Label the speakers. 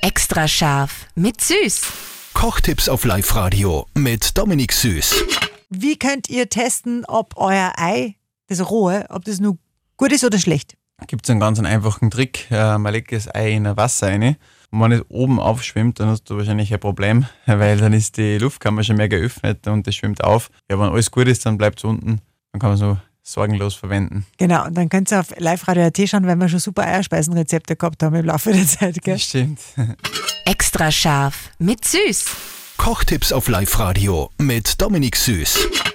Speaker 1: Extra scharf mit Süß.
Speaker 2: Kochtipps auf Live-Radio mit Dominik Süß.
Speaker 3: Wie könnt ihr testen, ob euer Ei, das rohe, ob das nur gut ist oder schlecht?
Speaker 4: Gibt es einen ganz einfachen Trick. Äh, man legt das Ei in ein Wasser rein. Und wenn es oben aufschwimmt, dann hast du wahrscheinlich ein Problem, weil dann ist die Luftkammer schon mehr geöffnet und das schwimmt auf. Ja, wenn alles gut ist, dann bleibt es unten. Dann kann man es nur sorgenlos verwenden.
Speaker 3: Genau, und dann könnt ihr auf live-radio.at schauen, weil wir schon super Eierspeisenrezepte gehabt haben im Laufe der Zeit. Gell?
Speaker 4: Stimmt.
Speaker 1: Extra scharf mit Süß.
Speaker 2: Kochtipps auf Live-Radio mit Dominik Süß.